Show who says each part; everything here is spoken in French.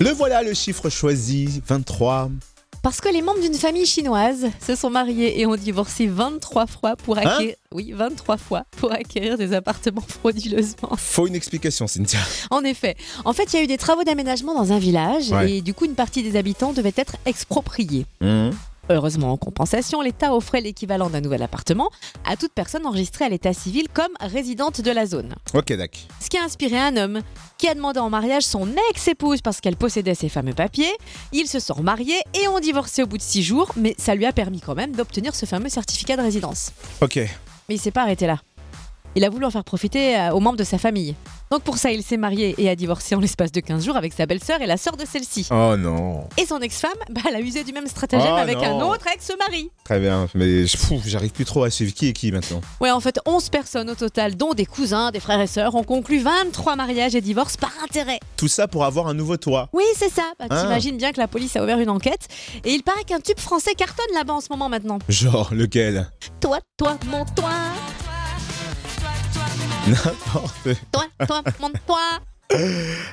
Speaker 1: Le voilà le chiffre choisi, 23.
Speaker 2: Parce que les membres d'une famille chinoise se sont mariés et ont divorcé 23 fois pour acquérir, oui, 23 fois pour acquérir des appartements frauduleusement.
Speaker 1: Faut une explication, Cynthia.
Speaker 2: En effet, en fait, il y a eu des travaux d'aménagement dans un village
Speaker 1: Ouais.
Speaker 2: et du coup, une partie des habitants devait être expropriée. Heureusement, en compensation, l'État offrait l'équivalent d'un nouvel appartement à toute personne enregistrée à l'état civil comme résidente de la zone.
Speaker 1: Ok, Dac.
Speaker 2: Ce qui a inspiré un homme qui a demandé en mariage son ex-épouse parce qu'elle possédait ses fameux papiers. Ils se sont remariés et ont divorcé au bout de six jours, mais ça lui a permis quand même d'obtenir ce fameux certificat de résidence.
Speaker 1: Ok.
Speaker 2: Mais il s'est pas arrêté là. Il a voulu en faire profiter euh, aux membres de sa famille. Donc pour ça, il s'est marié et a divorcé en l'espace de 15 jours avec sa belle-sœur et la sœur de celle-ci.
Speaker 1: Oh non.
Speaker 2: Et son ex-femme, bah, elle a usé du même stratagème
Speaker 1: Oh
Speaker 2: avec un
Speaker 1: non.
Speaker 2: autre ex-mari.
Speaker 1: Très bien, mais je- pfff, j'arrive plus trop à suivre qui est qui maintenant.
Speaker 2: Ouais, en fait, 11 personnes au total, dont des cousins, des frères et sœurs, ont conclu 23 mariages et divorces par intérêt.
Speaker 1: Tout ça pour avoir un nouveau toit.
Speaker 2: Oui, c'est ça. Bah,
Speaker 1: Ah.
Speaker 2: T'imagines bien que la police a ouvert une enquête. Et il paraît qu'un tube français cartonne là-bas en ce moment maintenant.
Speaker 1: Genre lequel
Speaker 2: Toi, toi, mon toi.
Speaker 1: N'importe.
Speaker 2: Toi, toi, mon toi.